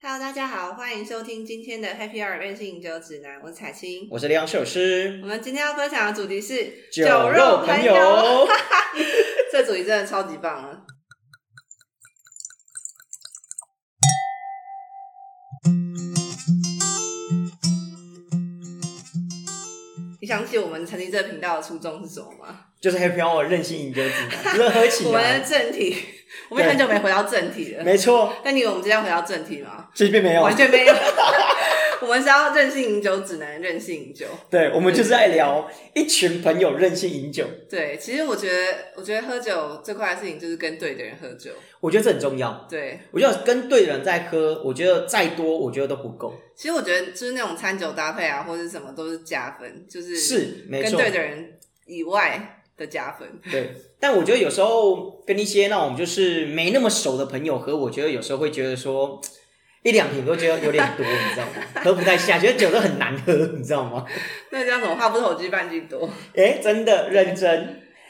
Hello，大家好，欢迎收听今天的 Happy Hour 任性饮酒指南，我是彩青。我是梁首诗我，们今天要分享的主题是酒肉朋友， 这主题真的超级棒了。你想起我们成立这个频道的初衷是什么吗？ 就是 Happy Hour 任性饮酒指南，乐呵起我们的来。正题，我们也很久没回到正题了。啊没错，那你以为我们今天要回到正题吗？其实并没有完。全没有。 我们是要任性饮酒指南，任性饮酒。对，我们就是在聊一群朋友任性饮酒，对，其实我觉得，我觉得喝酒最快的事情就是跟对的人喝酒。我觉得这很重要。对，我觉得跟对的人在喝，我觉得再多，我觉得都不够。其实我觉得就是那种餐酒搭配啊，或者什么都是加分，就是是，没跟错，对的人以外的加分。对。但我觉得有时候跟一些那种就是没那么熟的朋友喝，我觉得有时候会觉得说。一两瓶都觉得有点多，你知道吗？喝不太下，觉得酒都很难喝，你知道吗？那叫什么？话不投机半句多，哎、真的认真，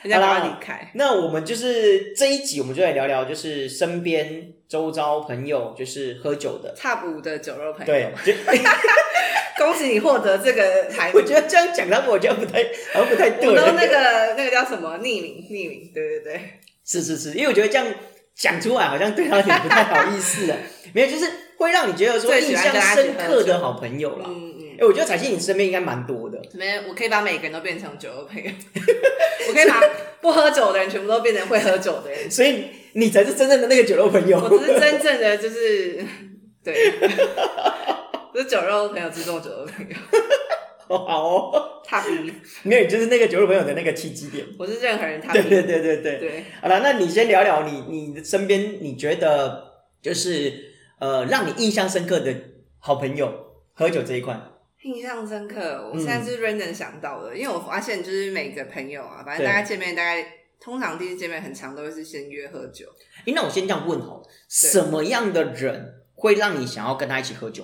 人家好把啦他离开。那我们就是这一集，我们就来聊聊，就是身边周遭朋友就是喝酒的。差不的酒肉朋友，对， 就恭喜你获得这个排我名。觉得这样讲他们，我觉得不太好像不太我都那对。个那个叫什么匿名匿名，对对对， 是是是，因为我觉得这样讲出来好像对他有点不太好意 思了。没有，就是会让你觉得说最印喜欢象跟他一起深刻喝的好朋友啦。嗯嗯哎、，我觉得彩信你身边应该蛮多的。怎么样？我可以把每个人都变成酒肉朋友， 我可以把不喝酒的人全部都变成会喝酒的人，所以你才是真正的那个酒肉朋友，我只是真正的就是 对，我是酒肉朋友之中的酒肉朋友，哦 好哦，踏 逼，没有，你就是那个酒肉朋友的那个契机点。我是任何人踏逼对，对对对对，对，好了，那你先聊聊你你身边你觉得就是呃让你印象深刻的好朋友喝酒这一块，印象深刻。我现在是 random 想到的，因为我发现就是每个朋友啊，反正对大家见面大概。通常第一次见面很长，都会是先约喝酒。诶，那我先这样问哦，什么样的人会让你想要跟他一起喝酒？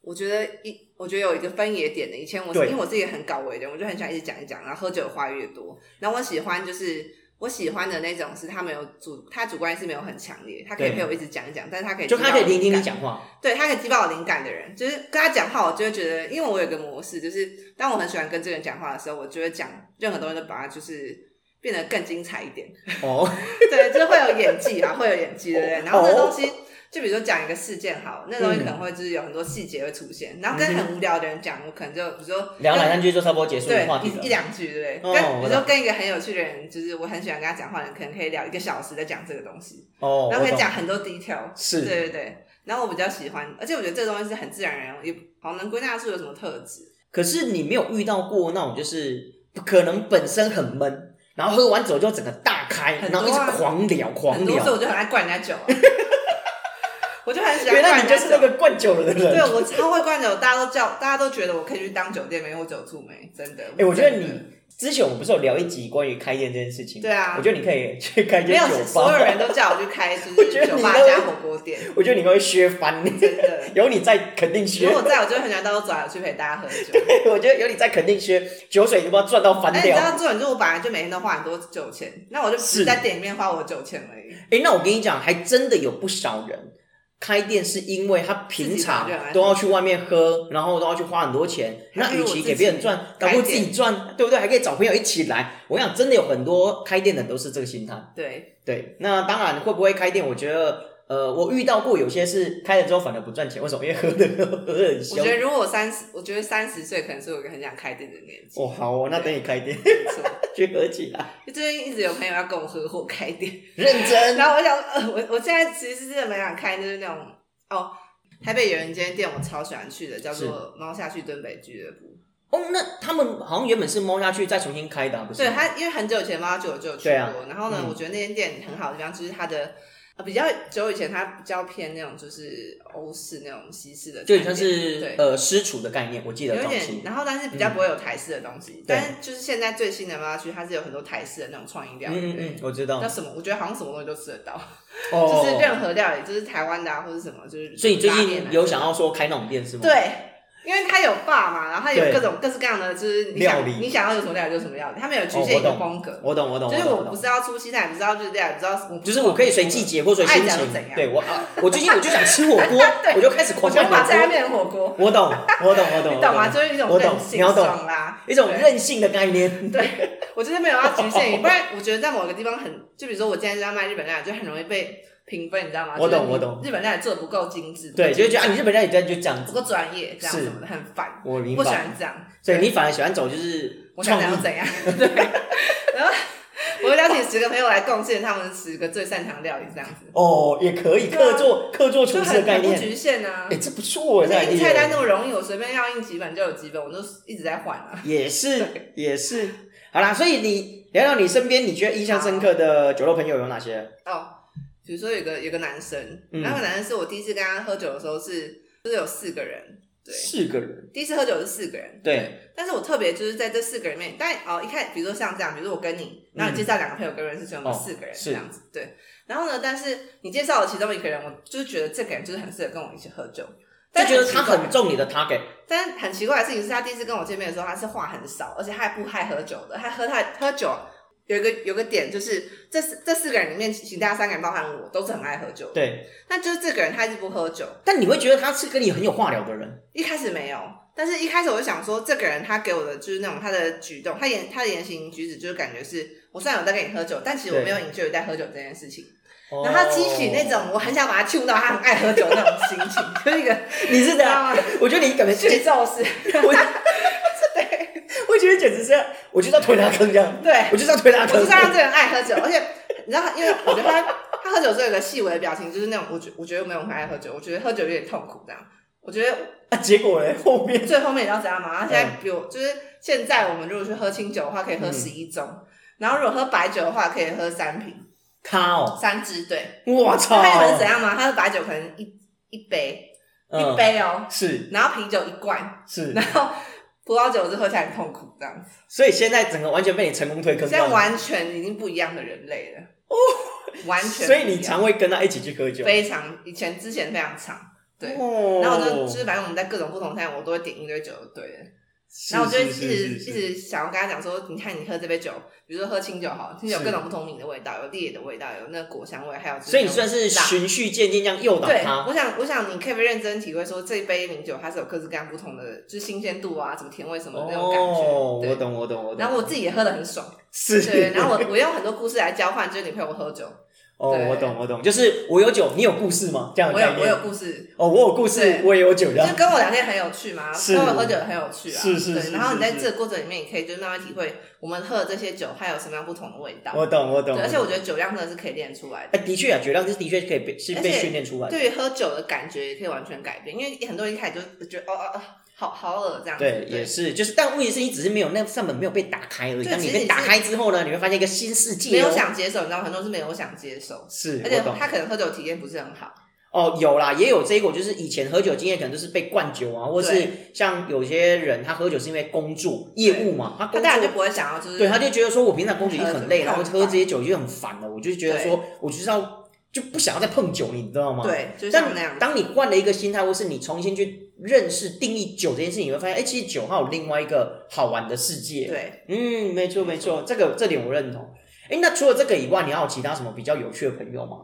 我觉得一，我觉得有一个分野点的。以前我是对因为我自己很搞味的人，我就很喜欢一直讲一讲，然后喝酒的话越多。然后我喜欢就是我喜欢的那种是他没有主，他主观意识没有很强烈，他可以对陪我一直讲一讲，但是他可以就激他发可以我聆灵听你感讲话，对他可以激发我灵感的人，就是跟他讲话，我就会觉得，因为我有一个模式，就是当我很喜欢跟这个人讲话的时候，我就会讲任何东西都把它就是变得更精彩一点。哦，对，就是会有演技啊，会有演技，对不对？哦然后这个东西，就比如说讲一个事件好，那东西可能会就是有很多细节会出现，然后跟很无聊的人讲，我可能就比如说聊来跟三句就差不多结束对话题一一了。两句，对不对？哦跟比我如说懂跟一个很有趣的人，就是我很喜欢跟他讲话的人，可能可以聊一个小时在讲这个东西，哦，然后我可以懂讲很多 detail，对是对对。然后我比较喜欢，而且我觉得这个东西是很自然而然，也好能归纳出有什么特质。可是你没有遇到过那种就是可能本身很闷，然后喝完酒就整个大开，很多然啊后一直狂聊狂很多，所以聊。我就很爱灌人家酒啊、我就很喜欢原灌来人你家就是酒那。个灌酒了的人。对我超会灌酒，大家都叫，大家都觉得我可以去当酒店妹或酒助妹，真的。哎哎、我觉得你之前我们不是有聊一集关于开店这件事情？对啊我觉得你可以去开一没间有酒所有吧。人都叫我去开就我觉是得酒你吧都加火锅店， 我觉得你会 削翻，真 。的有你在肯定削如，果在我就会很想到处走来走去陪大家喝酒。 我觉得有你在肯定削，酒水你不要赚到翻哎，你知掉。哎、道这种，就我本来就每天都花很多酒钱，那我就只是在店里面花我的酒钱而已。哎那我跟你讲，还真的有不少人开店是因为他平自己本来常就很爱喝都要去外面喝，然后都要去花很多钱。还不那如与我其自给别人己赚，开倒不如自店己赚，对不对？还可以找朋友一起来。我想真的有很多开店的都是这个心态。对，对，那当然会不会开店？我觉得，呃，我遇到过有些是开了之后反而不赚钱，为什么？因为喝的喝的很我凶觉。得如果我三十，我觉得三十岁可能是我一个很想开店的年纪。 哦，好哦，那等你开店 没错，去喝起来，就最近一直有朋友要跟我合伙开店， 认真。然后我想，呃，我我现在其实是真的蛮想开，就是那种哦，台北有人间店，我超喜欢去的，叫做猫下去敦北俱乐部。哦，那他们好像原本是猫下去再重新开的啊、不是对，吗？它因为很久以前猫下去我就有去对过，啊然后呢，嗯我觉得那间店很好的地方就是它的。呃比较久以前，它比较偏那种就是欧式那种西式的餐就点，很像是对呃私厨的嗯概念，我记得有早点，期。然后但是比较不会有台式的东西。但是就是现在最新的猫下去，它是有很多台式的那种创意料嗯理，嗯嗯，我知道叫。什么？我觉得好像什么东西都吃得到，哦，就是任何料理，就是台湾的啊或者什么，就是所以你最拉面啊近有想要说开那种店是吗？对，因为他有爸嘛，然后他有对各种各式各样的，就是你料想理你想要有什么料理就什么料理，他没有局限哦我一个懂风格。我懂，我懂，就是懂我不懂是要出西餐，也不知道就是这样，也不知道我就是我可以随季节或随心爱情讲怎样，对我，啊我最近我就想吃火锅对，我就开始 我狂想买法在那火面火锅。锅，我懂，我懂，我懂，你我懂吗？懂，就是一种我懂任性你要懂爽啦，一种对任性的概念。我就是没有要局 限于，不然我觉得在某个地方很，就比如说我今天就要卖日本料理，就很容易被评分，你知道吗？我懂就是你我懂日本料理做的不够精致， 对，就觉得啊，你日本人也在就这样不子，够专业，这样是什么的很烦，我明不喜白。欢这样。所以对你反而喜欢走就是我想创怎意样，怎 样，对。然后我会邀请十个朋友来贡献他们十个最擅长料理，这样子哦，也可以对啊客座客座厨就师的很概很不念。局限啊哎、。这不错哎，这印菜单 idea 那么容易，我随便要印几本就有几本，我都一直在换啊。也是也是。好啦，所以你聊聊你身边你觉得印象深刻的酒肉朋友有哪些？哦，比如说有个有个男生，嗯然后那个男生是我第一次跟他喝酒的时候是，就是有四个人，对四个人。第一次喝酒是四个人，对，但是我特别就是在这四个人里面，但哦一开始比如说像这样，比如说我跟你，然后你介绍两个朋友跟认识，所以我们嗯哦四个人是这样子，对。然后呢，但是你介绍了其中一个人，我就是觉得这个人就是很适合跟我一起喝酒，就但觉得他奇很怪，中你的 target，但很奇怪的事情是他第一次跟我见面的时候，他是话很少，而且他还不爱喝酒的，他喝他喝酒。有一个有个点就是，这四这四个人里面，其他三个人包含我都是很爱喝酒的。对。那就是这个人他一直不喝酒，但你会觉得他是跟你很有话聊的人，一开始没有，但是一开始我就想说，这个人他给我的就是那种他的举动，他言他的言行举止，就是感觉是我虽然有在跟你喝酒，但其实我对没有 enjoy 在喝酒这件事情。然然后他激起那种我很想把他 Q 到他很爱喝酒那种心情， 就是一个 你是知的道啊，吗？我觉得你感 觉节奏 是，我觉得简直是，我就是要推他坑这样，对，我就是要推他我坑就是。要让这个人爱喝酒，而且你知道，因为我觉得他他喝酒的时候有个细微的表情，就是那种我觉我觉得没有很爱喝酒，我觉得喝酒有点痛苦这样。我觉得啊，结果嘞，后面最后面你知道怎样吗？他现嗯在比我、就是现在我们如果去喝清酒的话，可以喝十一盅，然后如果喝白酒的话，可以喝三瓶他哦，三支。对，我那操，他原本是怎样吗？他的白酒可能一一杯、一嗯，杯哦，是然后啤酒一罐，是，然后葡萄酒是喝起来很痛苦这样子，所以现在整个完全被你成功推坑现到在了，完全已经不一样的人类了哦，完全不所一样。以你常会跟他一起去喝酒。非常以前之前非常长。对哦然后我就就是反正我们在各种不同餐，我都会点一堆酒，就对了。是然后我就一是直是是是一直想要跟他讲说，你看你喝这杯酒，比如说喝清酒好了，清酒是各种不同米的味道，有烈的味道，有那个果香味，还有所以你算是辣循序渐进这样诱导对他。，我想我想你可以不可以认真体会说这一杯米酒它是有各式各样不同的，就是新鲜度啊，什么甜味什么的那种感觉。哦，对我懂我懂我懂。然后我自己也喝得很爽， 是，对。然后我我用很多故事来交换，就是你陪我喝酒，哦，对我懂我懂，就是我有酒，你有故事吗？这样的我有概我念。有故事，哦，我有故事，对我也有酒，这就样是跟我聊天很有趣嘛，是跟我喝酒很有趣啊，是是对是然后你是在是这个过程里面，你可以就慢慢体会我们喝的这些酒它有什么样不同的味道。我懂我对，懂。而且懂我觉得酒量真的是可以练出来的。哎，的确啊，酒量是的确可以被是而被且训练出来的。对于喝酒的感觉也可以完全改变，因为很多人一开始就觉得哦哦哦，好好恶这样子。对，也是，就是，但问题是你只是没有那扇门没有被打开而已。对当你其实被你打是开之后呢，你会发现一个新世界、哦。没有想接受，你知道吗很多人是没有想接受，是，而我且懂。他可能喝酒体验不是很好。哦，有啦，也有这一股，就是以前喝酒经验可能就是被灌酒啊，或是对像有些人他喝酒是因为工作业务嘛，他他工当然就作。不会想要就是对，他就觉得说，我平常工作已经很累，喝酒然后喝这些酒就很烦了，我就觉得说，我就是要就不想要再碰酒，你知道吗？。对，就像但那样。当你换了一个心态，或是你重新去认识定义酒这件事情，你会发现，哎、其实酒还有另外一个好玩的世界。对，嗯，没错没错，这个这点我认同。哎，那除了这个以外，你还有其他什么比较有趣的朋友吗？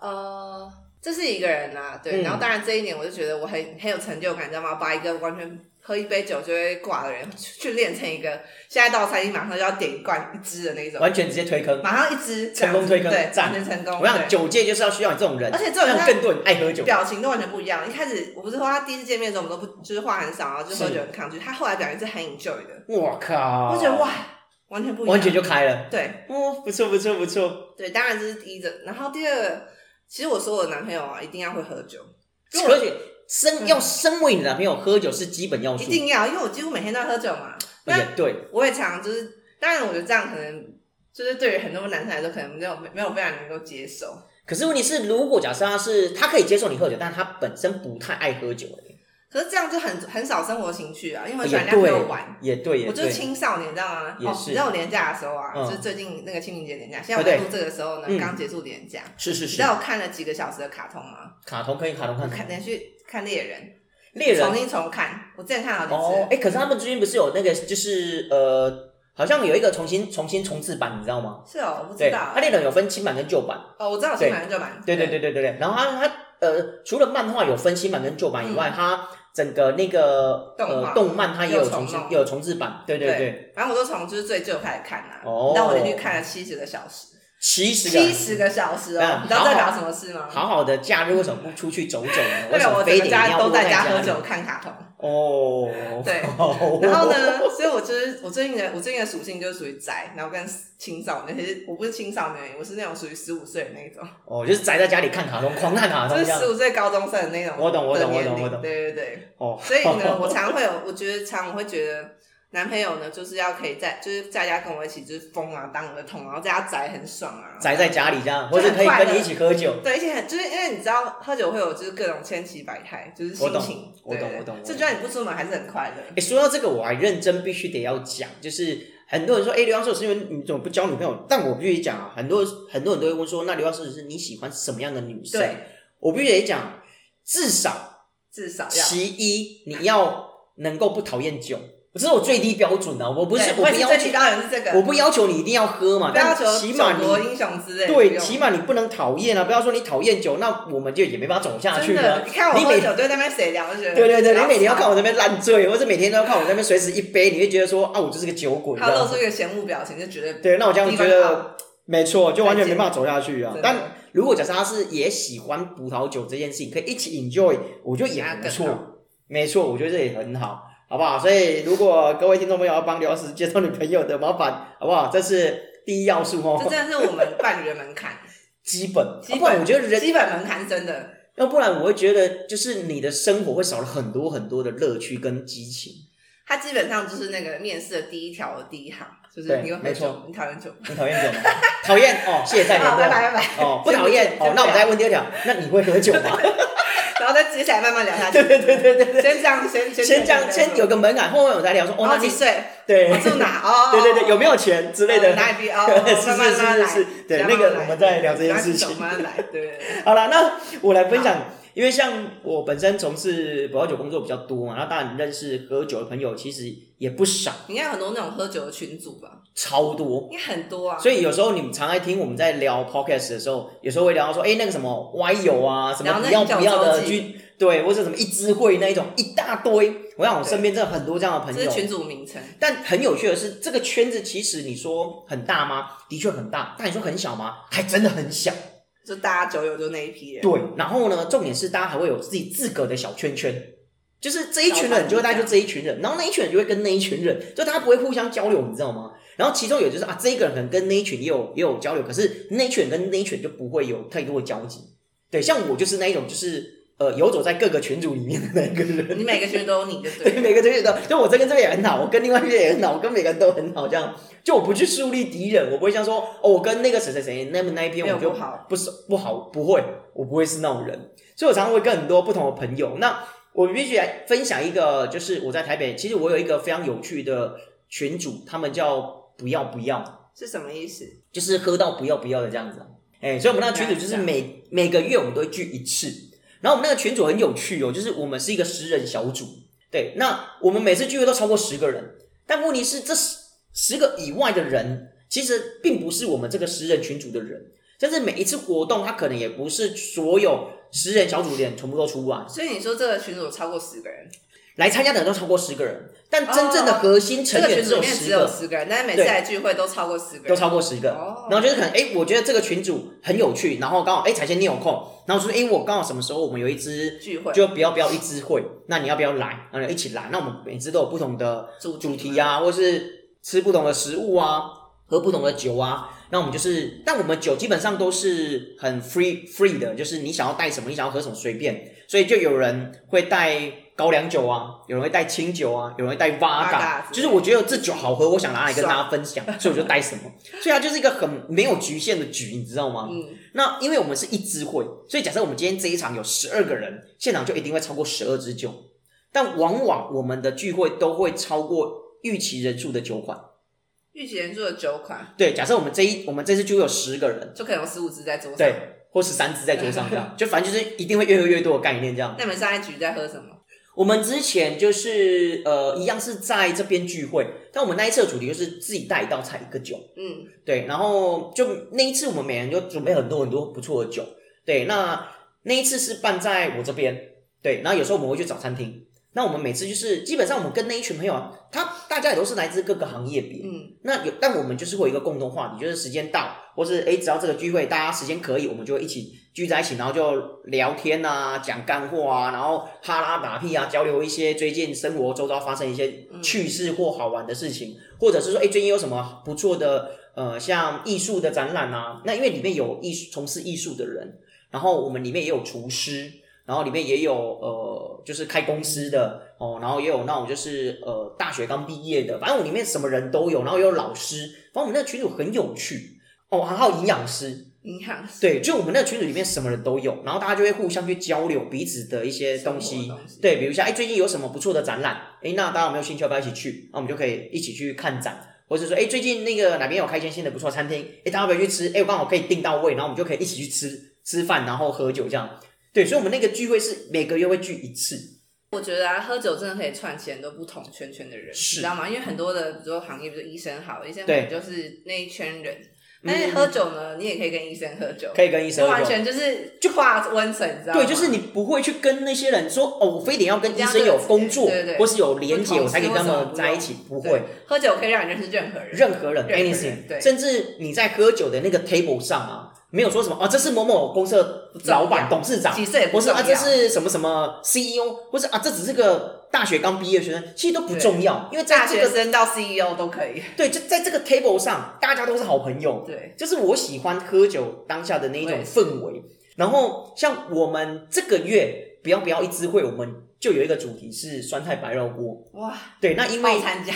呃，这是一个人啊，对。嗯然后当然这一年我就觉得我很很有成就感，你知道吗？把一个完全喝一杯酒就会挂的人， 训练成一个现在到餐厅马上就要点一罐一支的那种，完全直接推坑。马上一支这样成子功推坑对，赞完全成功。我哦对想酒界就是要需要你这种人，而且这种人让他更多人爱喝酒。表情都完全不一样。一开始我不是说他第一次见面的时候，我们都不就是话很少，然后就是喝酒很抗拒。他后来表现是很 enjoy 的，我靠，我觉得哇，完全不一样，哦完全就开了。对哦，不错不错不错，对，当然这是第一个。然后第二个，其实我说我男朋友啊，一定要会喝酒，因为而且身要身为你男朋友喝酒是基本嗯要我一素，定要，因为我几乎每天都在喝酒嘛。那也对，我也常就是，当然我觉得这样可能就是对于很多男生来说，可能没有没有非常能够接受。可是问题是，如果假设他是他可以接受你喝酒，但他本身不太爱喝酒，可是这样就很很少生活情趣啊，因为我喜欢人也家陪对我玩。，也对，也我就是对，青少年，你知道吗？也哦，是你知道我年假的时候啊，嗯就是最近那个清明节年假，现在我在对录这个时候呢，嗯刚结束年假。是是你知是，道我看了几个小时的卡通吗？卡通可以卡通我看，看连续看猎人，猎人重新重看，我之前看好几哦，次。哎，可是他们最近不是有那个，就是呃，好像有一个重新重新重制版，你知道吗？是哦，我不对，知道它。猎人有分新版跟旧版。哦，我知道新版跟旧版。对对对对对对。然后它它呃，除了漫画有分新版跟旧版以外，它整个那个嗯动画呃动漫它也有有重重新弄也有重制版。对对对，反正我都从就是最旧开始看啦、哦那我连续看了七十个小时，七十七个。十个小时哦嗯！你知道在好聊好什么事吗？好好的假日为什么不出去走 走呢？代为什表么啊我整个非得一定家要都窝在家家喝里酒看卡通。哦，对 哦然后呢，所以我就是我最近的我最近的属性就是属于宅，然后跟青少年，其实我不是青少年，我是那种属于十五岁的那一种，哦，就是宅在家里看卡通，狂看卡就通是啊这样十。五岁高中生的那种的年龄。我懂我懂我懂我懂对对对，哦，所以 呢，我常会有，我觉得常我会觉得。男朋友呢，就是要可以在，就是在家跟我一起就是疯啊，当我的桶，然后在家宅很爽啊，宅在家里这样，就或是可很以快跟你乐一起喝酒。对，而且很就是因为你知道喝酒会有就是各种千奇百态，就是我心懂情，我对懂对我懂我就懂算你不出门还是很快乐。哎，说到这个，我还认真必须得要讲，就是很多人说，哎，刘洋硕是因为你怎么不交女朋友？但我必须讲啊，很多很多人都会问说，那刘洋硕是你喜欢什么样的女生？对，我必须得讲，至少至少要其一你要能够不讨厌酒，这是我最低标准啊！我不是对我我也不是要最求提，到人是这个，我不要求你一定要喝嘛，不要但求起码九你国英雄之类的，不对，用起码你不能讨厌啊！不要说你讨厌酒，那我们就也没办法走下真去啊的，了。你看我你喝每酒就在那边谁聊，我就觉得对对对，你每天要看，看我那边烂醉，或者每天都要看我那边随时一杯，你会觉得说啊，我就是个酒鬼。他这样露出一个嫌恶表情，就绝对对，那啊我这样觉地方得没错，就完全没办法走下去啊真的。但如果假设他是也喜欢葡萄酒这件事情，可以一起 enjoy，我觉得也那不更好错。没错，我觉得这也很好，好不好？所以如果各位听众朋友要帮刘老师介绍女朋友的，麻烦好不好？这是第一要素这哦，真的是我们伴侣的门槛，基本。啊基本不然我觉得 人基本门槛是真的。要不然我会觉得，就是你的生活会少了很多很多的乐趣跟激情。他基本上就是那个面试的第一条的第一行，就是对你会喝没错酒，你讨厌酒， 你讨厌酒吗？讨厌哦，谢谢再联好，络。拜拜拜拜，哦，不讨厌 就哦，那我们再问第二条，那你会喝酒 吗？然后再接下来慢慢聊下去。对对对对对先这样，先先先这样，先有。个门槛，后面我再聊说然哦，那后你几岁？ 对我住哪？哦，对对对，有没有钱之之类的？哪里比哦 是，慢慢慢慢来是是是对慢慢那个来我们再聊这件事情慢慢来，对对对，好了，那我来分享，因为像我本身从事葡萄酒工作比较多嘛，那当然认识喝酒的朋友其实也不少，你看很多那种喝酒的群组吧，超多。应该很多啊。所以有时候你们常爱听我们在聊 podcast 的时候，有时候会聊到说，哎、那个什么歪友啊，什聊么那不要饮酒不要周的记居，对，或者什么一支会那一种一大堆。我想我身边真的很多这样的朋这是友。群组名称，但很有趣的是，这个圈子其实你说很大吗？的确很大，但你说很小吗？还真的很小。就大家酒友就那一批人。对，然后呢，重点是大家还会有自己自个的小圈圈，就是这一群小团人体就会带这就样这一群人，然后那一群人就会跟那一群人，就大家不会互相交流，你知道吗？然后其中有就是啊，这一个人可能跟那一群也有也有交流，可是那一群人跟那一群就不会有太多的交集。对，像我就是那一种，就是呃，游走在各个群组里面的那一个人。你每个群都有你就对对，了，每个同学都，就我这跟这个也很好，我跟另外一个也很好，我跟每个人都很好，这样就我不去树立敌人，我不会像说哦，我跟那个谁谁谁那么那一篇没有我就不好，不是不好，不会，我不会是那种人，所以我常常会跟很多不同的朋友。那我必须来分享一个，就是我在台北，其实我有一个非常有趣的群主，他们叫不要不要，是什么意思？就是喝到不要不要的这样子啊。哎、所以我们那个群主就是啊每每个月我们都会聚一次，然后我们那个群主很有趣哦，就是我们是一个十人小组，对，那我们每次聚会都超过十个人，但问题是这十十个以外的人，其实并不是我们这个十人群组的人，甚至每一次活动，他可能也不是所有十人小组的人全部都出来，所以你说这个群组有超过十个人，来参加的人都超过十个人，但真正的哦核心这成个员群只组里有面十只个，有十个人，但是每次对来聚会都超过十个都人。超过十个。哦然后就是可能哎、诶我觉得这个群主很有趣，然后刚好哎，彩线你有空，然后说哎、诶我刚好什么时候我们有一支聚会就不要不要一支会，那你要不要来？然后一起来，那我们每支都有不同的主主题嘛，啊，或是吃不同的食物啊，喝不同的酒啊。那我们就是，但我们酒基本上都是很 free free 的，就是你想要带什么，你想要喝什么随便。所以就有人会带高粱酒啊，有人会带清酒啊，有人会带 v o d a Vodka 就是我觉得这酒好喝，我想拿来跟大家分享，所以我就带什么。所以它就是一个很没有局限的局，你知道吗？嗯，那因为我们是一支会，所以假设我们今天这一场有十二个人，现场就一定会超过十二支酒，但往往我们的聚会都会超过预期人数的酒款。预期人数有九款，对，假设我们这一我们这次聚会有十个人，就可能有十五只在桌上。对，，或十三支在桌上这样，就反正就是一定会越喝越多的概念这样。那你们上一局在喝什么？我们之前就是呃，一样是在这边聚会，但我们那一次的主题就是自己带一道菜一个酒，嗯，对，然后就那一次我们每人就准备很多很多不错的酒，对，那那一次是办在我这边，对，然后有时候我们会去找餐厅，那我们每次就是基本上我们跟那一群朋友啊，他大家也都是来自各个行业别，嗯，那有，但我们就是会有一个共同话题，就是时间到，或是诶，只要这个聚会大家时间可以，我们就会一起聚在一起，然后就聊天啊，讲干货啊，然后哈拉打屁啊，交流一些最近生活周遭发生一些趣事或好玩的事情，或者是说诶，最近有什么不错的呃，像艺术的展览啊，那因为里面有艺术从事艺术的人，然后我们里面也有厨师，然后里面也有呃，就是开公司的哦，然后也有那种就是呃大学刚毕业的，反正我里面什么人都有，然后也有老师，反正我们那个群组很有趣哦，还有营养师，银行对，就我们那个群组里面什么人都有，然后大家就会互相去交流彼此的一些东西生活的东西，对，比如像哎最近有什么不错的展览，哎那大家有没有兴趣要不要一起去？那我们就可以一起去看展，或者是说哎最近那个哪边有开一间新的不错餐厅，哎大家要不要去吃？哎我刚好可以订到位，然后我们就可以一起去吃吃饭，然后喝酒这样。对，所以我们那个聚会是每个月会聚一次，我觉得啊，喝酒真的可以串起很多不同圈圈的人，是你知道吗？因为很多的，比如说行业，比如说医生好，医生可对嗯能就是那一圈人。但是喝酒呢，你也可以跟医生喝酒，可以跟医就生完喝酒。全就是就化温水，你知道吗？对，就是你不会去跟那些人说哦，我非得要跟医生有工作这样对对对或是有连结，不同我才可以跟他事或什么们不在一用起，不对会。喝酒可以让你认识任何人，任何人任何人 anything，对甚至你在喝酒的那个 table 上啊，没有说什么啊，这是某某公司的老板、董事长，几岁也或不是重啊，要。这是什么什么 CEO，或是啊，这只是个大学刚毕业的学生，其实都不重要，因为大在这学个生到 CEO 都可以，对，就在这个 table 上，大家都是好朋友，对，就是我喜欢喝酒当下的那一我种也是氛围。然后像我们这个月不要不要一支会，我们就有一个主题是酸菜白肉锅，哇，对，那因报为 参加，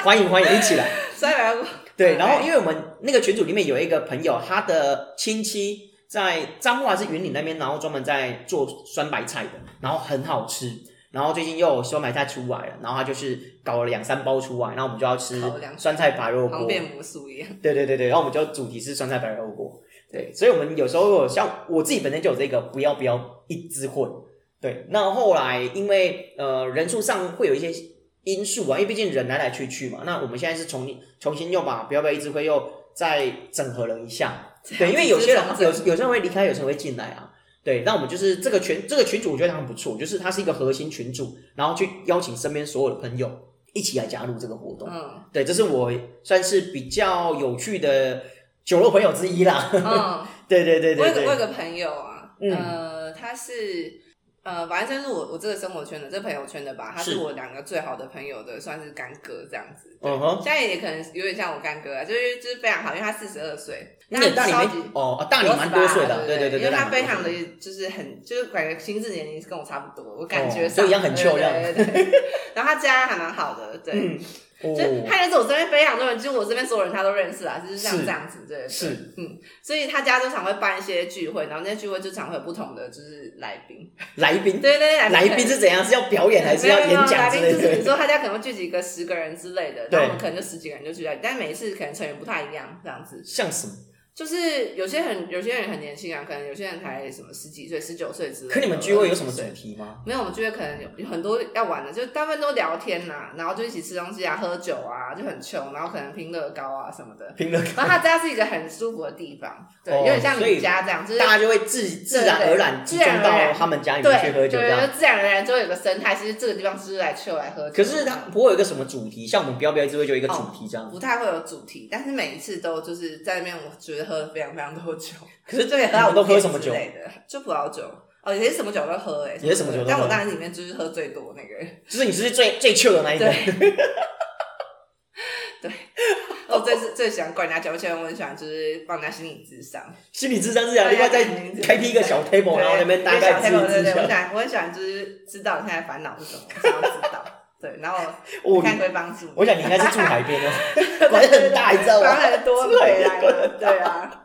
欢迎欢迎一起来。所以我要对， Okay 然后因为我们那个群组里面有一个朋友，他的亲戚在彰化还是云岭那边，然后专门在做酸白菜的，然后很好吃。然后最近又有酸白菜出来了，然后他就是搞了两三包出来，然后我们就要吃搞了两酸菜白肉锅旁。边魔术一样，对对对对，然后我们就主题是酸菜白肉锅。对，所以我们有时候有像我自己本身就有这个不要不要一直混。对，那后来因为呃人数上会有一些因素啊，因为毕竟人来来去去嘛。那我们现在是重重新又把不要不要一直会又再整合了一下。对，因为有些人有有些人会离开，有些人会进来啊。对，那我们就是这个群这个群主，我觉得他很不错，就是他是一个核心群主，然后去邀请身边所有的朋友一起来加入这个活动。嗯对，这是我算是比较有趣的酒肉朋友之一啦。 嗯。对对对我对有个我有个对，朋友啊，嗯呃，他是呃，反正就是我我这个生活圈的这朋友圈的吧，他是是我两个最好的朋友的，算是干哥这样子。嗯哼，现在也可能有点像我干哥啊，就是就是非常好，因为他四十二岁，你但也大你超没级哦，啊大你蛮多岁的，对对对对，因为他大你非蛮常多的岁就是很就是感觉心智年龄是跟我差不多，我感觉哦上就一样很 chill 对对对对 对然后他家还蛮好的，对，嗯就哦，他认识我身边非常多人，就是我身边所有人他都认识啊，就是像是这样子，对，对是所以他家就常会办一些聚会，然后那些聚会就常会有不同的就是来宾，来宾，对对对，来宾是怎样？是要表演还是要演讲之没有没有来宾就是类你的？说他家可能会聚集个十个人之类的，对然后我们可能就十几个人就聚在，但每一次可能成员不太一样，这样子。像什么？就是有些很有些人很年轻啊，可能有些人才什么十几岁、十九岁之类的。可你们聚会有什么主对题吗？没有，我们聚会可能有有很多要玩的，就大部分都聊天呐、然后就一起吃东西啊、喝酒啊，就很穷，然后可能拼乐高啊什么的。评论然后他家是一个很舒服的地方，对，哦有点像所以你家这样，就是大家就会自自然而然集自中然而到然他们家里对面去喝酒这对，样。就自然而然就会有个生态。其实这个地方就是来 chill 来喝酒。可是他不会有一个什么主题，像我们标标之会就有一个主题这样。不太会有主题，但是每一次都就是在那边，我觉得喝了非常非常多酒，可是就也喝到你们都五点喝什么之酒类的，就葡萄酒。哦，也是什么酒都喝哎、欸，也是什么酒都喝但我当然是里面就是喝最多那个 人。就是你是最最 chill 的那一个。我哦最是最喜欢灌人家酒，而且我很喜欢就是帮人家心理智商。心理智商啊是这样，啊另外再开辟一个小 table，然后那边大概自对对对己对，自我很喜。己欢，我很喜欢就是知道你现在烦恼是什么，我想要知道。对，然后我看可以帮助你。哦我 想你应该是住海边的，管很大，你知道当吗？然多回 来了，对啊，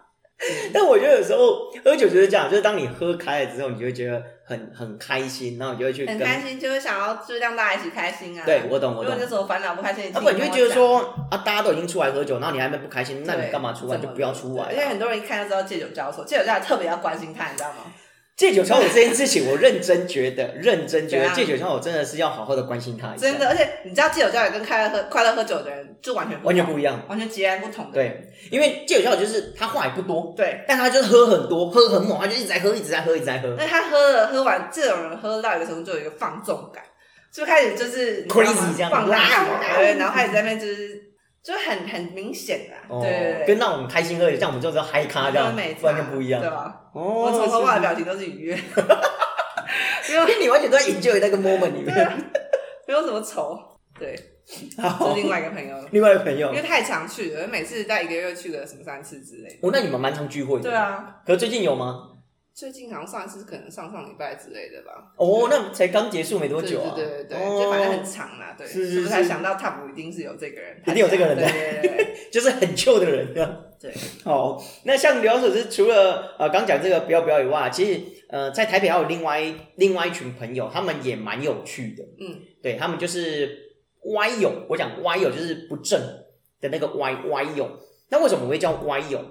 但我觉得有时候喝酒就是这样，就是当你喝开了之后，你就会觉得很很开心，然后你就会去很跟。开心，就会想要就是让大家一起开心啊。对，我懂如我果懂你。有什么烦恼不开心，你啊，自己不然你就会觉得跟我说啊，大家都已经出来喝酒，然后你还没不开心，那讲，你干嘛出来？对就不要出来对因为啊。很多人一看就知道戒酒教授，戒酒教授特别要关心他，你知道吗？戒酒超我这件事情，我认真觉得，认真觉怎得样戒酒超我真的是要好好的关心他一下，啊真的，而且你知道，戒酒教练跟快乐喝快乐喝酒的人就完全完全不不一样。同完全截然不同的人。对，因为戒酒超我就是他话也不多，对，但他就是喝很多，喝很猛，他就一直在喝，一直在喝，一直在喝，那他喝了喝完，这种人喝到一个程度就有一个放纵感，就开始就是你知道吗 Crazy 这样放大，哇对，然后开始在那边就是就很很明显啊，哦对对，对，跟那种开心喝，像我们就是嗨咖这样，没差完全不一样对。吧？哦，我从头到尾的是表情都是愉悦，是因为你完全都在 enjoy 那个 moment 里对面。啊 没有什么愁，对，这好是，另外一个朋 友，另外一个朋友因为，太常去了，每次带一个月去个什么三次之类的。哦，那你们蛮常聚会的。对。啊，可是最近有吗？最近好像上一次可能上上礼拜之类的吧。哦，那才刚结束没多对久啊。对对对哦对，就反正很长啦，对，是是是不是才想到 top 一定是有这个人，一定有这个人对对对对，就是很旧的人这样。对， 好，哦那像疗手是除了呃刚讲这个标标以外，其实呃在台北还有另外另外一群朋友，他们也蛮有趣的。嗯，对他们就是歪友，我讲歪友就是不正的那个歪歪友。那为什么我会叫歪友？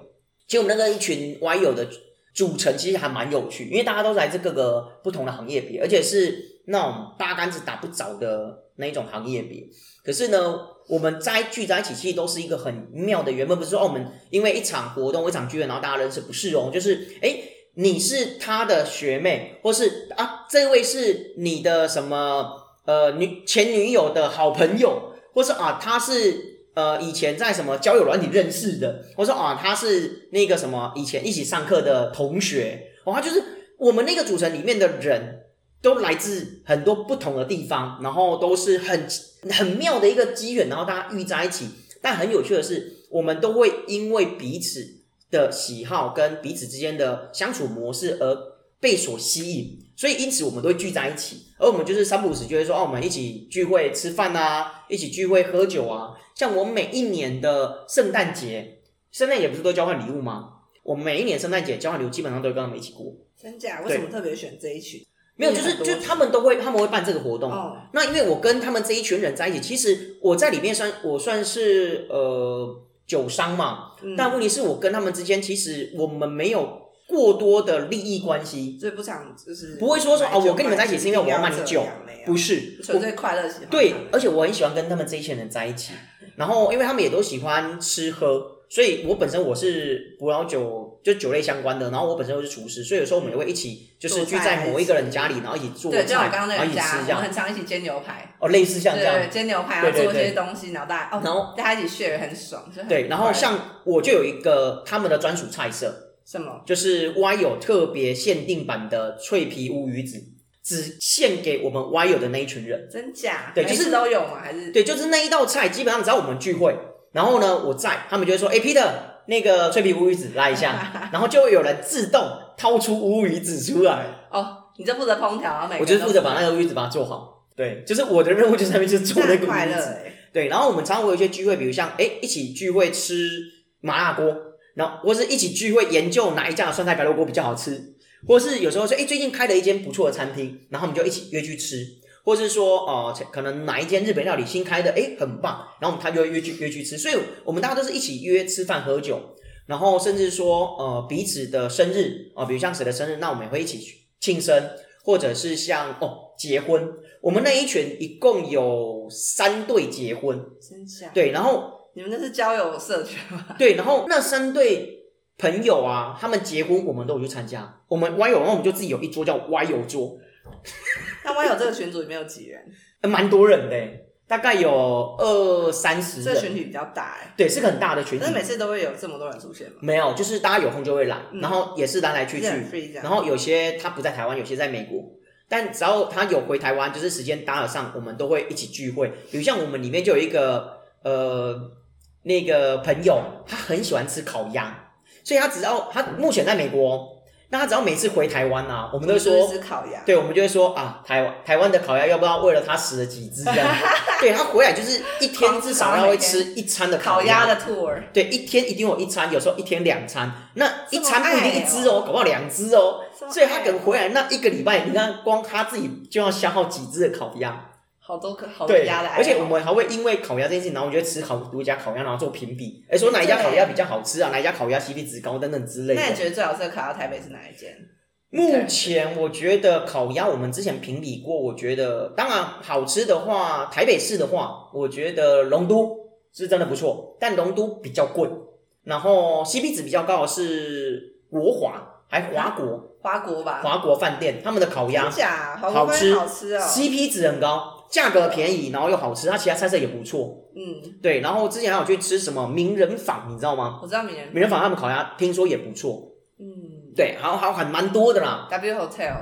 其实我们那个一群歪友的组成其实还蛮有趣，因为大家都来自各个不同的行业别，而且是那种八竿子打不着的那一种行业别。可是呢，我们在聚在一起，其实都是一个很妙的缘分，不是说、哦、我们因为一场活动、一场聚会，然后大家认识，不是哦，就是诶，你是他的学妹，或是啊，这位是你的什么呃女前女友的好朋友，或是啊，他是呃以前在什么交友软体认识的，或是啊，他是那个什么以前一起上课的同学，哦，他就是我们那个组成里面的人，都来自很多不同的地方，然后都是很很妙的一个机缘，然后大家遇在一起。但很有趣的是，我们都会因为彼此的喜好跟彼此之间的相处模式而被所吸引，所以因此我们都会聚在一起。而我们就是三不五时就会说，哦、我们一起聚会吃饭啊，一起聚会喝酒啊。像我每一年的圣诞节，圣诞节不是都交换礼物吗？我每一年圣诞节交换礼物基本上都会跟他们一起过，真假？为对什么特别选这一群？没有，就是很多就是他们都会他们会办这个活动，哦，那因为我跟他们这一群人在一起，其实我在里面算我算是呃酒商嘛，嗯但问题是我跟他们之间，其实我们没有过多的利益关系，所以不想就是不会说说买啊，酒我跟你们在一起是因为我要卖你酒一定要这样那，样不是，纯粹快乐喜欢。对，而且我很喜欢跟他们这一群人在一起，嗯然后因为他们也都喜欢吃喝，所以我本身我是葡萄酒就酒类相关的，然后我本身又是厨师，所以有时候我们也会一起就是聚在某一个人家里，然后一起做对，就像菜，我刚刚那然后个一起吃家，我这们样，很常一起煎牛排，哦，类似像这样对，。煎牛排对啊，对做一些对东西，然后大家然哦，后大家一起 share 很爽，就很对，然后快乐像我就有一个他们的专属菜色，什么就是 Y 友特别限定版的脆皮乌鱼子，只限给我们 Y 友的那一群人。真假？对就是每次都有吗？还是对，就是那一道菜，基本上只要我们聚会，然后呢我在，他们就会说：“哎，Peter，那个脆皮乌鱼子来 一下。”然后就会有人自动掏出乌鱼子出来，哦，你就负责烹调，然后每个我就是人负都责把那个乌鱼子把它做好。对，就是我的任务就是在那边就是做这那样个快乌鱼乐子。欸对，然后我们常常会有一些聚会，比如像哎一起聚会吃麻辣锅，然后或是一起聚会研究哪一家的酸菜白肉锅比较好吃，或是有时候说哎最近开了一间不错的餐厅，然后我们就一起约去吃，或是说哦、呃可能哪一间日本料理新开的哎很棒，然后我们他就会约去约去吃，所以我们大家都是一起约吃饭喝酒，然后甚至说呃彼此的生日啊、呃比如像谁的生日，那我们也会一起去庆生，或者是像哦结婚。我们那一群一共有三对结婚，真假？对，然后你们那是交友社群吗？ 对，然后那三对朋友啊，他们结婚我们都有去参加，我们歪友，然后我们就自己有一桌叫歪友桌，那网友这个群组里面有几人？呃蛮多人的欸，大概有二三十这个群人，体比较大哎、对，是个很大的群可体是。每次都会有这么多人出现吗？没有，就是大家有空就会来，嗯然后也是来来去就是很去， free 这样。然后有些他不在台湾，有些在美国。但只要他有回台湾，就是时间搭得上，我们都会一起聚会。比如像我们里面就有一个呃那个朋友，他很喜欢吃烤鸭，所以他只要他目前在美国哦，那他只要每次回台湾啊，我们都会就是说，吃烤鸭，对，我们就会说啊，台湾台湾的烤鸭要不要为了他死了几只这 样？对他回来就是一天至少要会吃一餐的烤烤鸭鸭。的 tour，对，一天一定有一餐，有时候一天两餐，那一餐这么不一定爱一哦只哦，搞不好两只哦。所以他可能回回来那一个礼拜，你看光他自己就要消耗几只的烤鸭，好多个好多对，鸭哦的爱好，而且我们还会因为烤鸭这件事情，然后我们就会吃好多家烤鸭，然后做评比，哎，说哪一家烤鸭比较好吃啊，哪一家烤鸭 CP 值高等等之类那你的。觉得最好吃的烤鸭台北是哪一间？目前我觉得烤鸭，我们之前评比过，我觉得当然好吃的话，台北市的话，我觉得龙都是真的不错，但龙都比较贵，然后 CP 值比较高的是国华，还华国华国吧，华国饭店他们的烤鸭真假华好国饭吃店好吃啊哦， CP 值很高，价格便宜，然后又好吃，它其他菜色也不错。嗯，对，然后之前还有去吃什么名人坊，你知道吗？我知道名人，名人坊他们烤鸭听说也不错，嗯对，还有还有很蛮多的啦。 ，W Hotel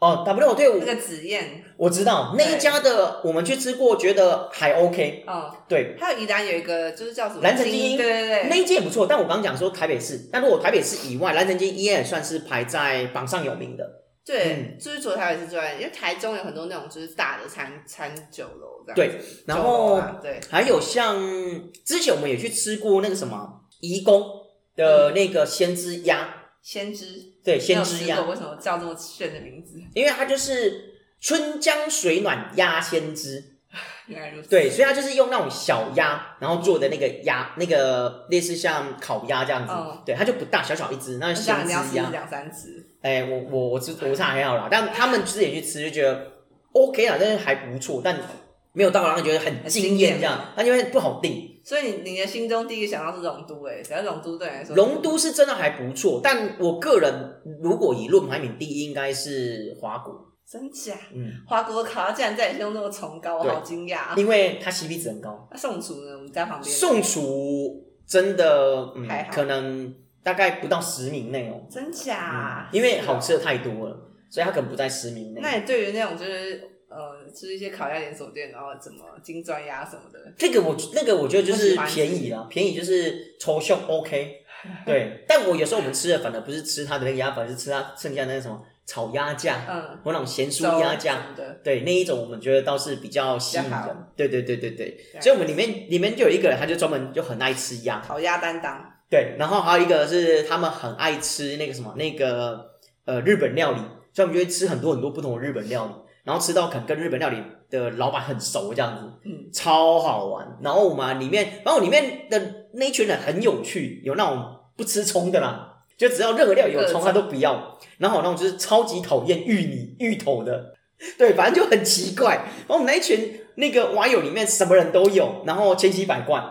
哦，W 队伍那个紫燕，我知道那一家的，我们去吃过，觉得还 OK。嗯，对，还有宜兰有一个就是叫什么蓝城精精英对对对，那一间也不错。但我刚刚讲说台北市，那如果台北市以外，蓝城金也算是排在榜上有名的。嗯对，就是除了台北市之外，因为台中有很多那种就是大的餐餐酒楼这样子。对然酒楼后啊对，还有像之前我们也去吃过那个什么怡工的那个先知鸭，先知对，没先有知吃鸭过，为什么叫这么炫的名字？因为它就是春江水暖鸭先知。原来如此。对，所以它就是用那种小鸭，然后做的那个鸭，那个类似像烤鸭这样子，嗯对，它就不大，小小一只，那我是想先你知要吃鸭。两三只，哎、我我我吃我是还好啦，但他们之前去吃就觉得 OK 啦，但是还不错，但没有到让人觉得很惊艳这样，那因为不好定。所以你你的心中第一个想到是龙都哎、欸，只要龙都对你来说，龙都是真的还不错，但我个人如果以论排名第一，应该是华国，真假？嗯，华国烤鸭竟然在你心中那么崇高，我对好惊讶。啊因为它 CP 值很高。那宋厨呢？我们家旁边宋厨真的，嗯还，好可能大概不到十名内哦、真假嗯？因为好吃的太多了，所以它可能不在十名内。啊哦那你对于那种就是呃，就是一些烤鸭连锁店，然后怎么金砖鸭什么的，这个我那个我觉得就我是喜欢吃便宜啦，便宜就是抽象 OK，对。但我有时候我们吃的反而不是吃它的那个鸭，反而是吃它剩下那个什么炒鸭架，嗯，或那种咸酥粥鸭什架，么的，对那一种我们觉得倒是比较吸引比较好人。对对对对对，对所以我们里面里面就有一个人，他就专门就很爱吃鸭，烤鸭担当，对。然后还有一个是他们很爱吃那个什么那个呃日本料理，所以我们就会吃很多很多不同的日本料理，然后吃到可能跟日本料理的老板很熟这样子。嗯，超好玩。然后我们里面，然后里面的那一群人很有趣，有那种不吃葱的啦，就只要任何料理有各葱种他都不要。然后有那种就是超级讨厌芋泥、芋头的，对，反正就很奇怪。然后我们那一群那个网友里面什么人都有，然后千奇百怪，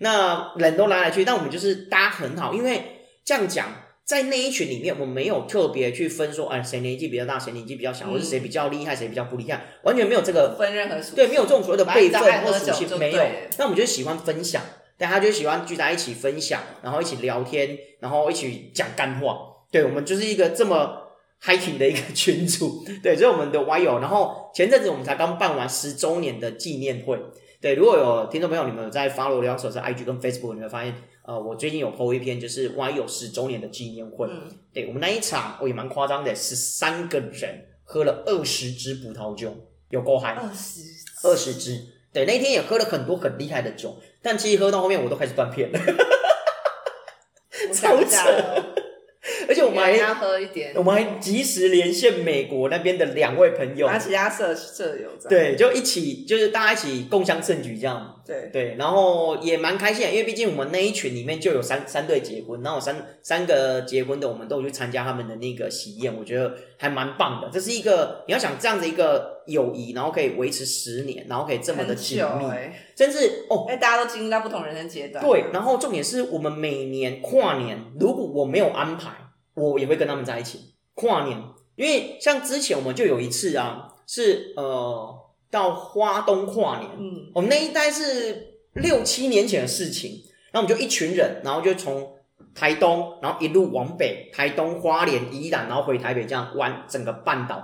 那人都来来去，但我们就是大家很好，因为这样讲。在那一群里面，我们没有特别去分说，哎，谁年纪比较大，谁年纪比较小，嗯或是谁比较厉害，谁比较不厉害，完全没有这个不分任何属对，没有这种所谓的辈分反正只要爱或喝属酒性，就没有对了。那我们就是喜欢分享，大家就喜欢聚在一起分享，然后一起聊天，然后一起讲干话。对，我们就是一个这么 hiking 的一个 群组。对，这是我们的 Y 友。然后前阵子我们才刚办完十周年的纪念会。对，如果有听众朋友你们有在 follow 两手是 IG 跟 Facebook，你会发现，呃，我最近有 PO 一篇就是 Y 友十周年的纪念会。嗯，对我们那一场，哦我、也蛮夸张的，十三个人喝了二十支葡萄酒，有够嗨。二十二十支。对，那一天也喝了很多很厉害的酒，但其实喝到后面我都开始断片了， 我想一下呃超扯哦而且我们应该还要喝一点，我们还及时连线美国那边的两位朋友然，后其他舍舍友这样对，就一起就是大家一起共襄盛举这样，对对，然后也蛮开心的，因为毕竟我们那一群里面就有三三对结婚，然后三三个结婚的我们都有去参加他们的那个喜宴，我觉得还蛮棒的，这是一个你要想这样的一个友谊，然后可以维持十年，然后可以这么的很紧久密，哎，甚至哦，哎，大家都经历到不同人生阶段，对，然后重点是我们每年跨年，如果我没有安排，我也会跟他们在一起跨年，因为像之前我们就有一次啊，是呃到花东跨年，哦嗯，我们那一代是六七年前的事情，然后我们就一群人，然后就从台东，然后一路往北，台东、花莲、宜兰，然后回台北，这样玩整个半岛。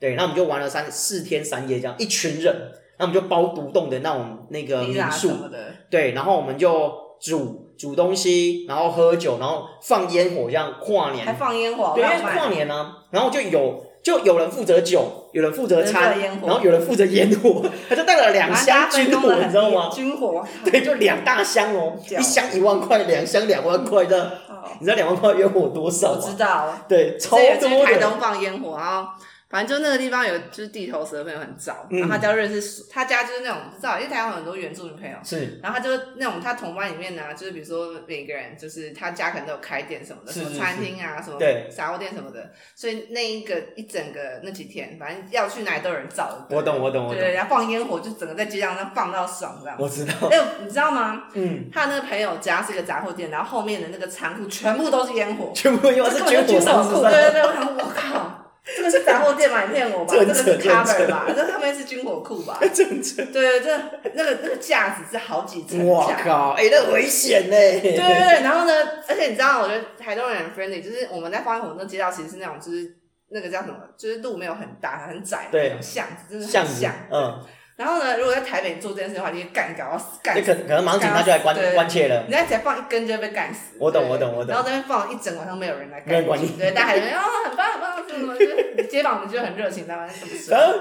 对，然后我们就玩了三四天三夜，这样一群人，那我们就包独栋的那种那个你民啦什宿，么的，对，然后我们就煮煮东西，然后喝酒，然后放烟火，这样跨还年。放烟火，对，因为浪漫跨年啊，然后就有就有人负责酒，有人负责有人餐负责烟，火然后有人负责烟火，他就带了两箱军火，你知道吗？军火，对，就两大箱哦，屌一箱一万块，两箱两万块的，哦你知道两万块烟火多少我吗？知道，对，超这也多去台的。东放烟火，然后反正就那个地方有，就是地头蛇的朋友很早，嗯然后他就认识所，他家就是那种不知道，因为台湾有很多原住民朋友，是然后他就那种他同班里面呢、啊就是比如说每个人就是他家可能都有开店什么的，是什么是餐厅啊，什么对杂货店什么的，所以那一个一整个那几天，反正要去哪里都有人找。我懂，我懂，我对懂，对，然后放烟火就整个在街上那放到爽这样。我 知道，哎、你知道吗？嗯，他那个朋友家是一个杂货店，然后后面的那个仓库全部都是烟火，全部又这是根军本就军火火商库，对是吧？对对，我想说我 靠，这个是杂货店吗？你骗我吧，这这很个扯是这很扯 cover 吧，这上面是军火库吧？真的，对对，这那个那个架子是好几层我架。靠，哎、那危险呢、对对对，然后呢？而且你知道，我觉得台东人很 friendly，就是我们在花火那街道，其实是那种就是那个叫什么，就是路没有很大，很窄，对那种巷子真的像很你巷。，嗯，然后呢，如果在台北你做这件事的话，你就干搞要死干那死可可能马上警察就来关对关切了，你在才放一根就会被干死。我懂对我懂我懂然后在那边放一整晚上没有人来没干人管你对，大家还在那边哦，很棒很棒，什么就是街坊们就很热情，知道吗？什么事？然后。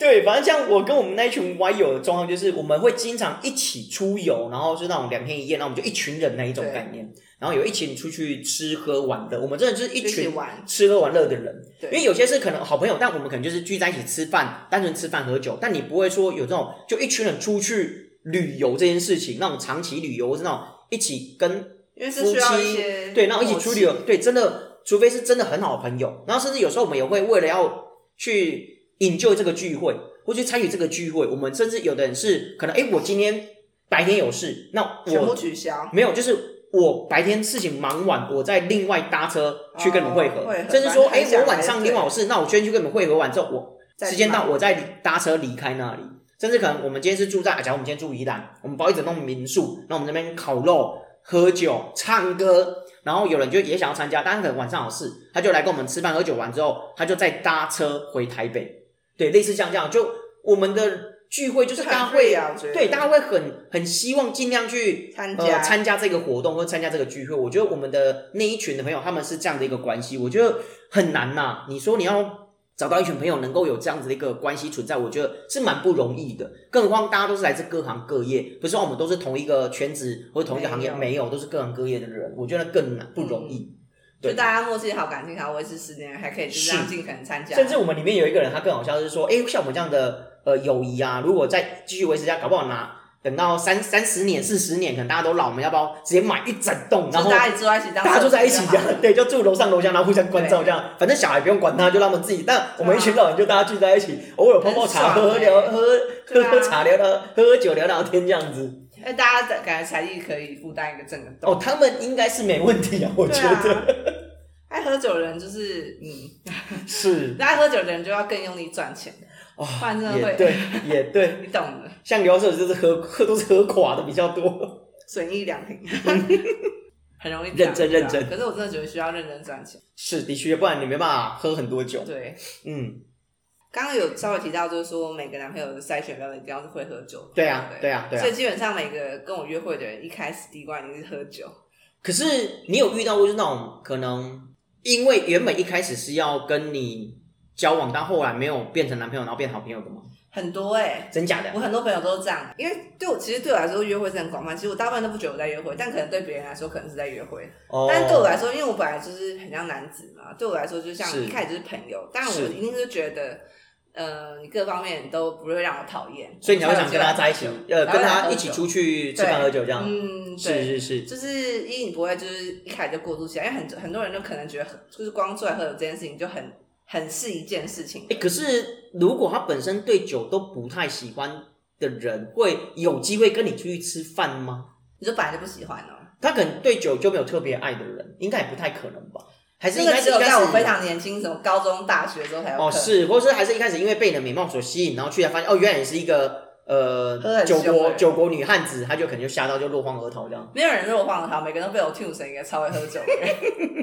对，反正像我跟我们那一群歪友的状况，就是我们会经常一起出游，然后是那种两天一夜，那我们就一群人那一种对概念，然后有一起出去吃喝玩乐，我们真的就是 一一起群玩，吃喝玩乐的人，对因为有些是可能好朋友，但我们可能就是聚在一起吃饭，单纯吃饭喝酒，但你不会说有这种就一群人出去旅游这件事情，那种长期旅游，或是那种一起跟因为是夫需要一妻些对，然后一起默出契去旅游，对，真的，除非是真的很好的朋友，然后甚至有时候我们也会为了要去 enjoy 这个聚会，或去参与这个聚会，我们甚至有的人是可能，哎，我今天白天有事，那全部我取消。没有，就是我白天事情忙完，我再另外搭车去跟你们会合，哦会合甚至说，哎、反正想我晚上来另外有事，那我先去跟你们会合完之后，我再时间到忙我再搭车离开那里。甚至可能我们今天是住在，啊假如我们今天住宜兰，我们包一整栋民宿，那我们那边烤肉、喝酒、唱歌，然后有人就也想要参加，但是可能晚上有事，他就来跟我们吃饭喝酒完之后，他就再搭车回台北。对，类似像这样，就我们的聚会就是就大很家会 free 啊我觉得对，大家会很很希望尽量去参呃加参加这个活动或参加这个聚会。我觉得我们的那一群的朋友他们是这样的一个关系，我觉得很难呐、你说你要找到一群朋友能够有这样子的一个关系存在，我觉得是蛮不容易的。更何况大家都是来自各行各业，不是说我们都是同一个圈子或者同一个行业，没没有嗯都是各行各业的人，我觉得更难不容易。对就大家默契好，感情好，维持十年还可以就是是让尽可能参加，甚至我们里面有一个人，他更好笑，就是说，哎、像我们这样的呃友谊啊，如果再继续维持下去，搞不好拿等到三三十年、四十年，可能大家都老，我们要不要直接买一整栋，然就后大家一起坐在一起当大家住在一起社这群样就好，对，就住楼上楼下，然后互相关照这样。反正小孩不用管他，就让他们自己。但我们一群老人就大家聚在一起，偶尔泡泡茶，很爽喝喝欸聊喝喝对啊喝茶聊聊，喝喝酒聊聊天这样子。哎，大家感觉才艺可以负担一个整个哦，栋，他们应该是没问题啊，我对觉啊得、爱喝酒的人就是嗯， 是爱喝酒的人就要更用力赚钱，哦不然啊真的也会对，也对。你懂的，像聊手就是喝喝都是喝垮的比较多。 损益两平，很容易认真这样认真可是我真的觉得需要认真赚钱。是的确，不然你没办法喝很多酒。对，嗯，刚刚有稍微提到，就是说每个男朋友的筛选标准一定要是会喝酒。对啊，对啊，对所以啊。基本上每个跟我约会的人，一开始第一关一定是喝酒。可是你有遇到过就是那种可能，因为原本一开始是要跟你交往，但后来没有变成男朋友，然后变好朋友的吗？很多哎、真假的？我很多朋友都是这样，因为对我其实对我来说约会是很广泛，其实我大部分都不觉得我在约会，但可能对别人来说可能是在约会。哦，但是对我来说，因为我本来就是很像男子嘛，对我来说就像是一开始就是朋友，但是我一定是觉得，呃，你各方面都不会让我讨厌，所以你才会想跟他才在有一起机会，呃，然后跟他才一起喝酒出去吃饭对喝酒这样。嗯，是对，是是，就是因为你不会就是一开始就过渡起来，因为很很多人就可能觉得很就是光出来喝酒这件事情就很很是一件事情哎，，可是如果他本身对酒都不太喜欢的人，会有机会跟你出去吃饭吗？你就本来就不喜欢哦。他可能对酒就没有特别爱的人，应该也不太可能吧？还是这应个该只是有一开始在我非常年轻，什么高中、大学之后才有可能。哦是，或是还是一开始因为被你的美貌所吸引，然后去才发现哦，原来你是一个喝呃很酒凶国的人酒国女汉子，他就可能就吓到就落荒而逃这样。没有人若晃他，每个人都被我 tune 成一个超会喝酒的 人。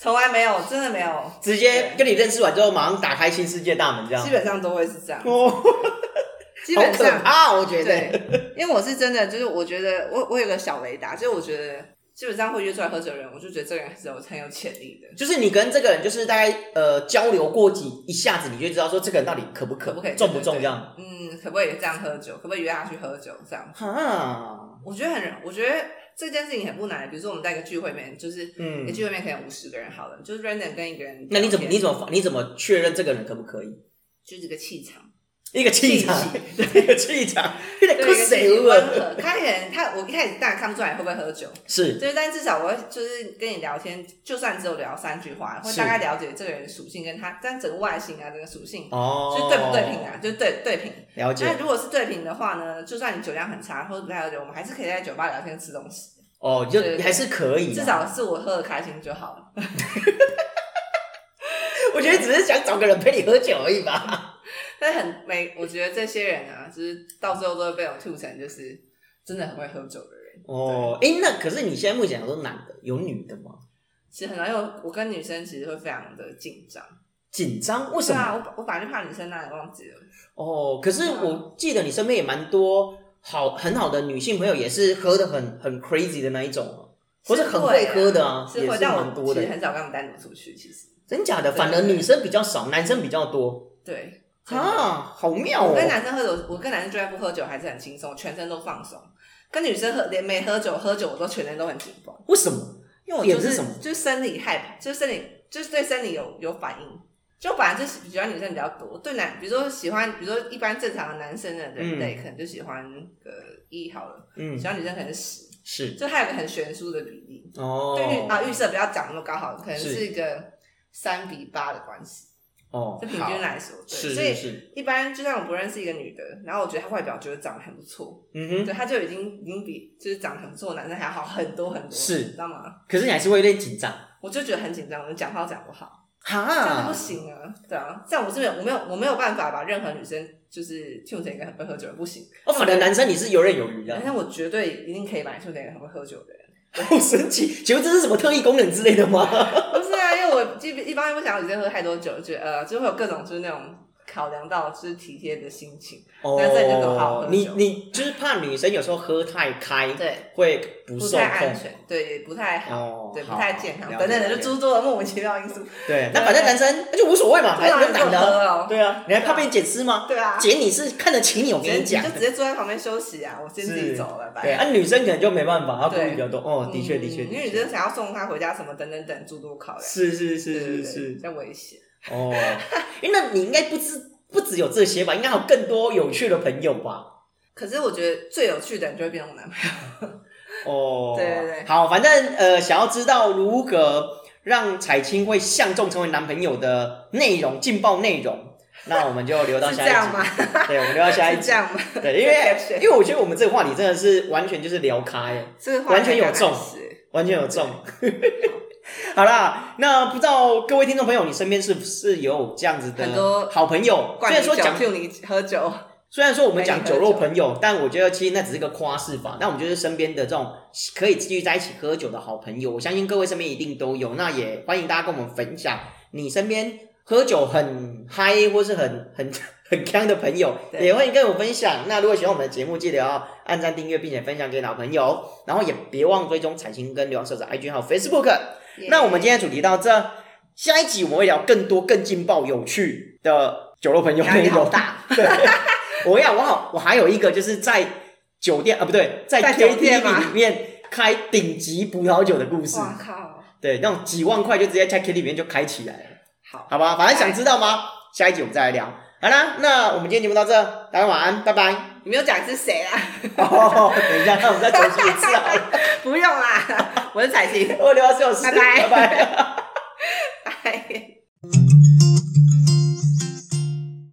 从来没有，真的没有，直接对跟你认识完之后，马上打开新世界大门这样基。本上都会是这样。哦，基好本可上怕，我觉得。对，因为我是真的，就是我觉得我我有个小雷达，就是我觉得基本上会约出来喝酒的人，我就觉得这个人是有很有潜力的。就是你跟这个人，就是大概呃交流过几一下子，你就知道说这个人到底可不可可不可以重不重这样。嗯，可不可以这样喝酒？可不可以约他去喝酒？这样，哈，我觉得很，我觉得这件事情很不难。比如说我们在一个聚会里面，就是嗯一个聚会里面可能五十个人好了，就是 random 跟一个人聊天，那你怎么你怎么你怎么确认这个人可不可以？就是这个气场，一个气场， 一个气场，一个对，哭一个气谁场温了？和。他可能他我一 开始当然看不出来会不会喝酒，是对，但至少我会就是跟你聊天，就算只有聊三句话，会是大概了解这个人的属性跟他，但整个外形啊，整个属性，哦，就对不对平啊，？就对对平。了解那如果是对平的话呢，就算你酒量很差或者不太喝酒，我们还是可以在酒吧聊天吃东西，哦，就对对对还是可以啊。至少是我喝的开心就好了。我觉得只是想找个人陪你喝酒而已吧。但很没，我觉得这些人啊，就是到最后都会被我吐成就是真的很会喝酒的人。哦，哎，那可是你现在目前都男的，有女的吗？其实很难，因为我跟女生其实会非常的紧张。紧张？为什对么？啊，我我本来就怕女生那里忘记了。哦，可是对啊我记得你身边也蛮多好很好的女性朋友，也是喝的很很 crazy 的那一种哦，或是很会喝的啊，是也会，是但蛮我多其的实。很少跟他们单独出去，其实真假的？对反而女生比较少，男生比较多对。啊，好妙我哦！跟男生喝酒，我跟男生就算不喝酒还是很轻松，全身都放松。跟女生喝，连没喝酒，喝酒我都全身都很紧绷，为什么？因为我也就是是什么就是生理害怕，就是生理，就是对生理有有反应。就本来就是喜欢女生比较多，对男，比如说喜欢，比如说一般正常的男生的人类，可能就喜欢个一好了，嗯喜，欢女生可能是十，是就它有个很悬殊的比例。对预哦啊预设不要讲那么高好了，可能是是一个三比八的关系，哦就，平好均来说，对，是所是以是，一般就算我不认识一个女的，然后我觉得她外表觉得长得很不错，嗯哼。对，她就已经已经比就是长得很不错的男生还要好很多很多，是你知道吗？可是你还是会有点紧张我就觉得很紧张，我讲话都讲不好，这样就哈不。行啊，对啊，这样我这边我没有我没有办法把任何女生就是听成一个很会喝酒的不行，哦，反正男生你是游刃有余 但的，是我绝对一定可以把你听成一个很会喝酒的人。好神奇！请问这是什么特异功能之类的吗？不是啊，因为我基本一般不想要女生喝太多酒，觉得呃就会有各种就是那种考量到就是体贴的心情， 男生就走好喝酒哦你你就是怕女生有时候喝太开，对，会不不受太安控。全，对，也不太好，哦，对，不好太健康了解等等的，了就解诸多的莫名其妙因素，对。那反正男生那就无所谓嘛，对反啊，正你就男喝的啊，哦，对啊，你还怕被姐吃吗？对啊，姐你是看得起你，我我跟你讲就。直接坐在旁边休息啊，我先自己走了，拜对啊，女生可能就没办法，她顾虑对比较多。哦，的确的确，嗯的因为确女生想要送他回家什么等等等诸多考量，是对是对是是对比是较危险。哦，诶那你应该不知不只有这些吧？应该还有更多有趣的朋友吧？可是我觉得最有趣的人就会变成我男朋友，哦，对对对好，反正呃，想要知道如何让彩青会相中成为男朋友的内容，劲爆内容，那我们就留 到是下这样一吗？集。对，我们留到下 一是集这。样吗？对，因为因为我觉得我们这个话题真的是完全就是聊开，这个话完全有题很中难写完全有中。 好啦，那不知道各位听众朋友，你身边是不是有这样子很的多好朋友？虽灌然你说酒讲， ，Q 你喝酒，虽然说我们陪讲你喝酒酒肉朋友，但我觉得其实那只是个夸饰法。那我们就是身边的这种可以继续在一起喝酒的好朋友，我相信各位身边一定都有。那也欢迎大家跟我们分享你身边喝酒很嗨或是很很很康的朋友，对也欢迎跟我分享。那如果喜欢我们的节目，记得要按赞、订阅，并且分享给老朋友，然后也别忘追踪彩青跟刘洋社长 IG 还有 Facebook。那我们今天的主题到这，下一集我们会聊更多更劲爆、有趣的酒肉朋友压力内好容。大， 对，我跟你讲，我好，我还有一个就是在酒店啊，不对，在在酒店 KTV 吗里面开顶级葡萄酒的故事，哇靠，对，那种几万块就直接在 KTV 里面就开起来了，好，好吧？反正想知道吗？下一集我们再来聊。好啦，那我们今天节目到这，大家晚安，拜拜。你没有讲是谁啊？ 哦，等一下， 那我们再重新一次啊好了。不用啦，我是彩琴， 哎我聊到这种事，拜拜拜拜。拜。